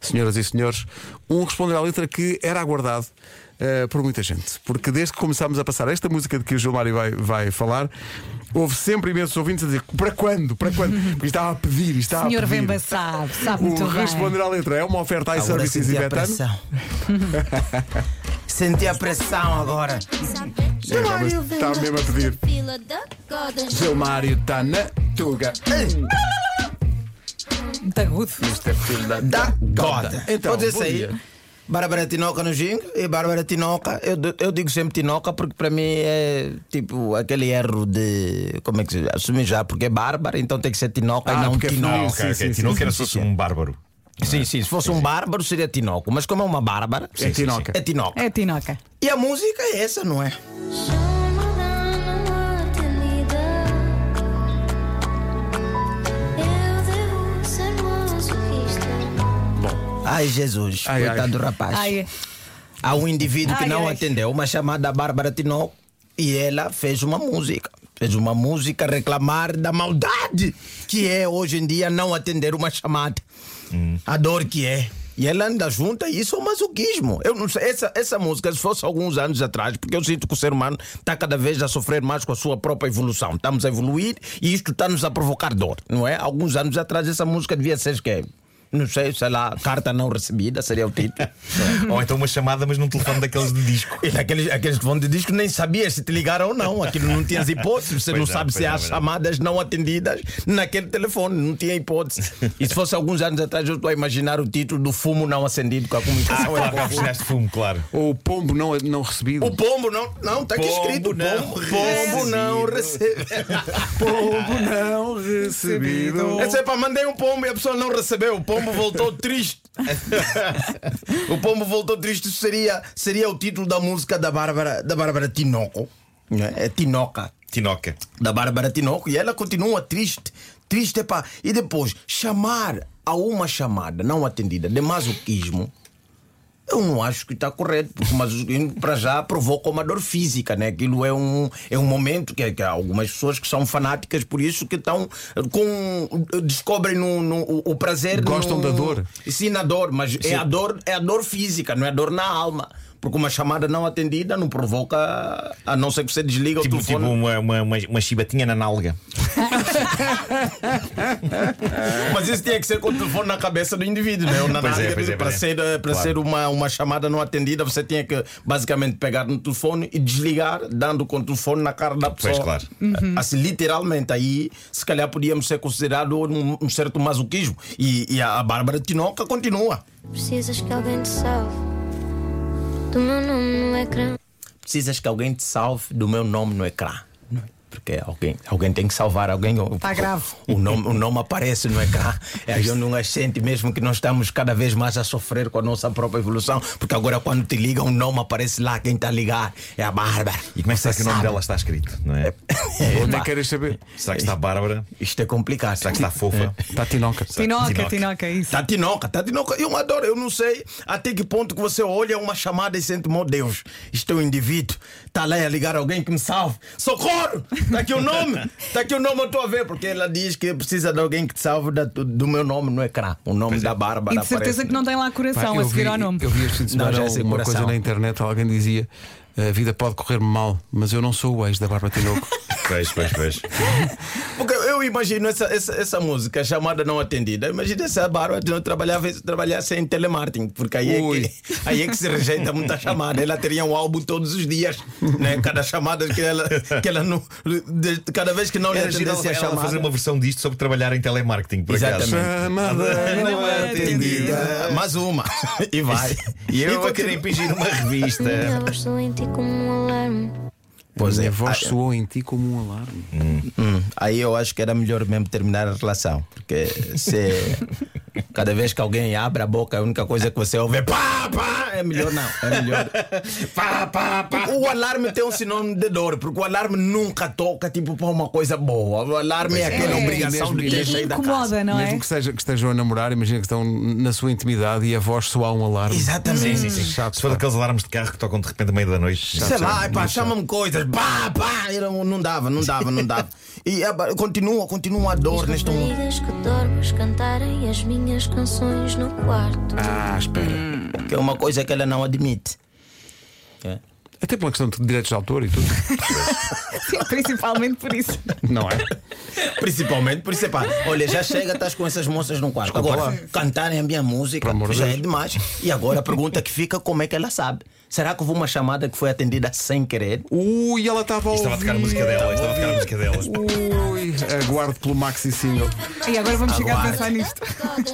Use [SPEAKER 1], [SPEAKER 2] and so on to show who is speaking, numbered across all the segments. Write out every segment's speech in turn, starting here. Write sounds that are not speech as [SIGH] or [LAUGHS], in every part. [SPEAKER 1] Senhoras e senhores, um responder à letra que era aguardado eh, por muita gente. Porque desde que começámos a passar esta música de que o Gilmário vai, vai falar, houve sempre imensos ouvintes a dizer para quando? Para quando? Porque isto estava a pedir, isto estava
[SPEAKER 2] Senhor
[SPEAKER 1] a pedir.
[SPEAKER 2] Vemba sabe, sabe
[SPEAKER 1] O
[SPEAKER 2] muito bem.
[SPEAKER 1] responder à letra é uma oferta a
[SPEAKER 3] Agora
[SPEAKER 1] iServices e
[SPEAKER 3] senti a
[SPEAKER 1] Betano.
[SPEAKER 3] pressão. [LAUGHS] senti a pressão agora.
[SPEAKER 1] É, mas Está mesmo a pedir.
[SPEAKER 4] Fila da Golden
[SPEAKER 1] Gilmário está na Tuga.
[SPEAKER 2] Muito agudo.
[SPEAKER 3] Da Goda.
[SPEAKER 1] Então,
[SPEAKER 3] Pode
[SPEAKER 1] bom
[SPEAKER 3] sair.
[SPEAKER 1] dia.
[SPEAKER 3] Bárbara Tinoca no Jing e Bárbara Tinoca, eu, d- eu digo sempre Tinoca porque para mim é tipo aquele erro de. Como é que se assumir já? Porque é Bárbara, então tem que ser Tinoca
[SPEAKER 1] Ah,
[SPEAKER 3] e não
[SPEAKER 1] porque é
[SPEAKER 3] Tinoca.
[SPEAKER 1] feminino, Sim,
[SPEAKER 5] Ah, ok,
[SPEAKER 1] sim,
[SPEAKER 5] ok.
[SPEAKER 1] sim,
[SPEAKER 5] Tinoco
[SPEAKER 1] sim,
[SPEAKER 5] era
[SPEAKER 1] sim,
[SPEAKER 5] se fosse um bárbaro.
[SPEAKER 3] Sim, sim, se fosse um bárbaro seria Tinoco, mas como é uma Bárbara,
[SPEAKER 1] É Tinoca.
[SPEAKER 3] é Tinoca.
[SPEAKER 2] É a Tinoca.
[SPEAKER 3] E a música é essa, não é?
[SPEAKER 4] Chama na avenida. Eu devo ser masoquista.
[SPEAKER 3] Ai, Jesus,
[SPEAKER 1] Ai, ai.
[SPEAKER 3] coitado do rapaz.
[SPEAKER 2] Ai, é.
[SPEAKER 3] Há um indivíduo que
[SPEAKER 2] Ai,
[SPEAKER 3] não
[SPEAKER 2] ai.
[SPEAKER 3] atendeu uma chamada da Bárbara Tinoco e ela fez uma música. Fez uma música reclamar da maldade que é hoje em dia não atender uma chamada. A dor que é. E ela anda junta e isso é um masoquismo. Eu não sei, essa, essa música, se fosse alguns anos atrás, porque eu sinto que o ser humano está cada vez a sofrer mais com a sua própria evolução. Estamos a evoluir e isto está-nos a provocar dor, não é? Alguns anos atrás, essa música devia ser que é, não sei, sei lá, carta não recebida seria o título.
[SPEAKER 5] Ou então uma chamada, mas num telefone daqueles
[SPEAKER 3] [LAUGHS]
[SPEAKER 5] de disco.
[SPEAKER 3] E aqueles, aqueles que vão de disco nem sabias se te ligaram ou não. Aquilo não
[SPEAKER 5] [LAUGHS]
[SPEAKER 3] tinhas hipótese. Você
[SPEAKER 5] Pois
[SPEAKER 3] não
[SPEAKER 5] é,
[SPEAKER 3] sabe se
[SPEAKER 5] pois é,
[SPEAKER 3] há
[SPEAKER 5] pois é.
[SPEAKER 3] chamadas não atendidas naquele telefone. Não tinha hipótese. E se fosse alguns anos atrás, eu estou a imaginar o título do fumo não acendido com a
[SPEAKER 5] Ah,
[SPEAKER 3] comunicação.
[SPEAKER 5] claro, ofereceste fumo, claro.
[SPEAKER 1] Ou o pombo não, não recebido.
[SPEAKER 3] O pombo não. Não, está aqui
[SPEAKER 5] Pombo
[SPEAKER 3] escrito.
[SPEAKER 5] não
[SPEAKER 3] pombo, pombo não recebe.
[SPEAKER 1] pombo não [LAUGHS] recebido.
[SPEAKER 3] Essa é para mandei um pombo e a pessoa não recebeu. O pombo voltou
[SPEAKER 5] [LAUGHS]
[SPEAKER 3] triste. o pombo voltou triste Isso seria, seria o título da música da Bárbara, da Bárbara Tinoco. né? É Tinoca.
[SPEAKER 5] Tinoca.
[SPEAKER 3] da Bárbara Tinoco e ela continua triste. Triste, pá. E depois, chamar a uma chamada não atendida de masoquismo, eu não acho que está correto, porque o masoquismo para já provoca uma dor física, né? Aquilo é um, é um momento que, que há algumas pessoas que são fanáticas por isso que estão eh, com. descobrem no, no- o, o prazer.
[SPEAKER 1] Gostam
[SPEAKER 3] no-
[SPEAKER 1] da dor.
[SPEAKER 3] Sim, na dor, mas é a dor, é a dor física, não é a dor na alma. Porque uma chamada não atendida não provoca. A não ser que você desliga o
[SPEAKER 5] Tipo, tipo
[SPEAKER 3] telefone.
[SPEAKER 5] uma, uma, uma, uma chibatinha na nalga.
[SPEAKER 3] Mas isso tinha que ser com o telefone na cabeça do indivíduo, né? Ou na
[SPEAKER 5] É. Pois é,
[SPEAKER 3] nalga,
[SPEAKER 5] pois é,
[SPEAKER 3] para
[SPEAKER 5] pois é.
[SPEAKER 3] ser, eh, para
[SPEAKER 5] Claro.
[SPEAKER 3] ser uma, uma chamada não atendida, você tinha que basicamente pegar no telefone e desligar, dando com o telefone na cara da pessoa.
[SPEAKER 5] Pois, claro.
[SPEAKER 3] Assim, literalmente, aí se calhar podíamos ser considerado um, um certo masoquismo. E, e a, a Bárbara Tinoca continua.
[SPEAKER 4] Precisas que alguém te salve. Do meu nome no ecrã.
[SPEAKER 3] Precisas que alguém te salve do meu nome no ecrã. não é? Porque alguém, alguém tem que salvar alguém.
[SPEAKER 2] Tá grave.
[SPEAKER 3] O nome, o nome aparece no ecrã. É aí onde um assente mesmo que nós estamos cada vez mais a sofrer com a nossa própria evolução. Porque agora quando te ligam, o nome aparece lá. Quem está a ligar é a Bárbara.
[SPEAKER 5] E como é que será que o nome
[SPEAKER 3] Sabe?
[SPEAKER 5] dela está escrito? Não é?
[SPEAKER 3] [LAUGHS]
[SPEAKER 1] Onde é que queres saber?
[SPEAKER 5] Será que está Bárbara?
[SPEAKER 3] Isto é complicado.
[SPEAKER 5] Será que está fofa?
[SPEAKER 1] Está Tinoca.
[SPEAKER 2] Tinoca,
[SPEAKER 5] Tinoca.
[SPEAKER 2] Tinoca, isso.
[SPEAKER 3] Tá tinoca, tá tinoca. Eu adoro, eu não sei até que ponto que você olha uma chamada e sente, meu Deus, isto é um indivíduo. Tá lá a ligar alguém que me salve. Socorro! Tá aqui o nome, tá aqui o nome, eu estou a ver, porque ela diz que precisa de alguém que te salve da- do meu nome no ecrã. O nome da Bárbara
[SPEAKER 2] E de certeza
[SPEAKER 3] aparece.
[SPEAKER 2] que não tem lá
[SPEAKER 1] Pá,
[SPEAKER 2] coração
[SPEAKER 1] eu
[SPEAKER 2] a seguir
[SPEAKER 1] vi-
[SPEAKER 2] ao nome.
[SPEAKER 1] Eu vi este fim de semana um-
[SPEAKER 3] Não, já sei,
[SPEAKER 1] uma
[SPEAKER 3] coração.
[SPEAKER 1] coisa na internet, alguém dizia: a vida pode correr-me mal, mas eu não sou o ex da Bárbara Tinoco.
[SPEAKER 5] Pois, pois, pois.
[SPEAKER 3] Porque eu imagino essa, essa, essa música, chamada não atendida. Imagina se a Bárbara não trabalhava, trabalhasse em telemarketing, porque aí é,
[SPEAKER 1] Ui.
[SPEAKER 3] que, [LAUGHS] aí é que se rejeita muita chamada. Ela teria um álbum todos os dias, né? cada chamada que ela, que ela não. de- cada vez que não lhe
[SPEAKER 5] Era giro ela,
[SPEAKER 3] atendesse a
[SPEAKER 5] É, ela
[SPEAKER 3] chamada.
[SPEAKER 5] fazer uma versão disto sobre trabalhar em telemarketing, por acaso.
[SPEAKER 3] Exatamente.
[SPEAKER 1] Chamada não é atendida.
[SPEAKER 3] Mais uma. E vai.
[SPEAKER 5] E eu a
[SPEAKER 3] continua.
[SPEAKER 5] querer impingir uma
[SPEAKER 3] é
[SPEAKER 5] revista.
[SPEAKER 4] Minha
[SPEAKER 3] [LAUGHS]
[SPEAKER 4] voz soa em ti como um alarme.
[SPEAKER 3] Pois é,
[SPEAKER 1] Minha voz
[SPEAKER 3] a-
[SPEAKER 1] soou em ti como um alarme.
[SPEAKER 3] Hum, aí eu acho que era melhor mesmo terminar a relação. Porque [LAUGHS] se cada vez que alguém abre a boca, a única coisa que você ouve é pá, pá, é melhor não. É melhor. [LAUGHS] pá, pá, pá. O alarme tem um sinônimo de dor, porque o alarme nunca toca tipo para uma coisa boa. O alarme é aquela
[SPEAKER 2] é.
[SPEAKER 3] obrigação
[SPEAKER 1] Mesmo
[SPEAKER 3] de
[SPEAKER 1] que-
[SPEAKER 3] ter
[SPEAKER 2] E
[SPEAKER 3] saído da casa.
[SPEAKER 2] incomoda, não é?
[SPEAKER 1] Mesmo
[SPEAKER 2] [LAUGHS]
[SPEAKER 1] que, seja, que estejam a namorar, imagina que estão na sua intimidade e a voz soar um alarme.
[SPEAKER 3] Exatamente.
[SPEAKER 1] Chato,
[SPEAKER 5] Se for
[SPEAKER 1] pá.
[SPEAKER 5] daqueles alarmes de carro que tocam de repente a meio da noite.
[SPEAKER 3] Sei lá, pá, chama-me coisas. pá, pá, era um- não dava, não dava, não [LAUGHS] dava. E ah, ba- continua, continua a dor
[SPEAKER 4] As
[SPEAKER 3] neste mundo.
[SPEAKER 4] raparigas que dormes cantarem as minhas canções no quarto.
[SPEAKER 1] Ah, espera.
[SPEAKER 3] Que é uma coisa que ela não admite. É.
[SPEAKER 1] Até pela questão de direitos de autor e tudo.
[SPEAKER 2] Principalmente por isso.
[SPEAKER 1] Não é?
[SPEAKER 3] Principalmente, por isso é pá, olha, já chega, estás com essas moças no quarto. Agora, cantarem a minha música
[SPEAKER 1] Pelo amor de
[SPEAKER 3] já é
[SPEAKER 1] Deus.
[SPEAKER 3] demais. E agora a pergunta que fica: como é que ela sabe? Será que houve uma chamada que foi atendida sem querer?
[SPEAKER 1] Ui, ela estava a
[SPEAKER 5] Estava a tocar a música dela, estava a tocar a música dela.
[SPEAKER 1] Ui, aguardo pelo maxi single.
[SPEAKER 2] E agora vamos chegar a
[SPEAKER 3] Aguarde.
[SPEAKER 2] pensar [LAUGHS] nisto.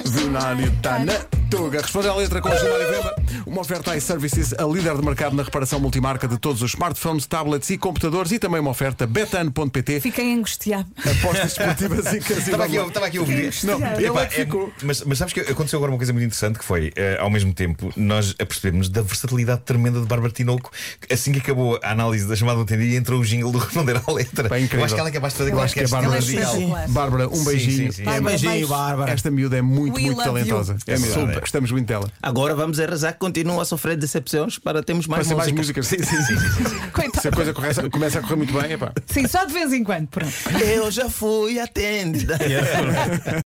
[SPEAKER 1] Zunani Tana Tuga. Responde à letra com o Gilmário Vemba. Uma oferta à iServices, a líder de mercado na reparação multimarca de todos os smartphones, tablets e computadores e também uma oferta betano.pt,
[SPEAKER 2] Fiquei angustiado.
[SPEAKER 1] apostas esportivas e
[SPEAKER 5] Estava aqui,
[SPEAKER 1] casino.
[SPEAKER 5] estava aqui um a ouvir.
[SPEAKER 1] Não,
[SPEAKER 5] Epá,
[SPEAKER 1] ele é que
[SPEAKER 5] é-
[SPEAKER 1] ficou.
[SPEAKER 5] mas, mas sabes que aconteceu agora uma coisa muito interessante que foi, eh, ao mesmo tempo, nós apercebemos da versatilidade tremenda de Bárbara Tinoco. que Assim que acabou a análise da chamada do atendida, entrou o jingle do responder à letra.
[SPEAKER 1] Bem incrível.
[SPEAKER 5] Eu acho que ela é capaz de fazer
[SPEAKER 1] Eu acho que é
[SPEAKER 5] qualquer
[SPEAKER 1] Bárbara
[SPEAKER 5] estilo
[SPEAKER 2] Ela é
[SPEAKER 5] musical.
[SPEAKER 2] espetacular. Claro.
[SPEAKER 1] Bárbara, um
[SPEAKER 5] Sim,
[SPEAKER 1] beijinho.
[SPEAKER 5] sim, sim.
[SPEAKER 1] É-
[SPEAKER 2] Bárbara,
[SPEAKER 3] Beijinho,
[SPEAKER 2] beijo.
[SPEAKER 3] Bárbara.
[SPEAKER 1] Esta miúda é muito,
[SPEAKER 2] We
[SPEAKER 1] muito
[SPEAKER 2] love you.
[SPEAKER 1] talentosa. É
[SPEAKER 5] É verdade.
[SPEAKER 1] super, estamos muito dela.
[SPEAKER 3] Agora vamos é rezar que continua a sofrer decepções para termos
[SPEAKER 1] Para
[SPEAKER 3] mais
[SPEAKER 1] ser mais
[SPEAKER 3] músicas.
[SPEAKER 1] músicas. Sim, sim, sim. Se a
[SPEAKER 2] Coitado.
[SPEAKER 1] coisa corre- começa a correr muito bem, epá.
[SPEAKER 2] Sim, só de vez em quando. Pronto.
[SPEAKER 1] [LAUGHS]
[SPEAKER 3] Eu já fui atendida.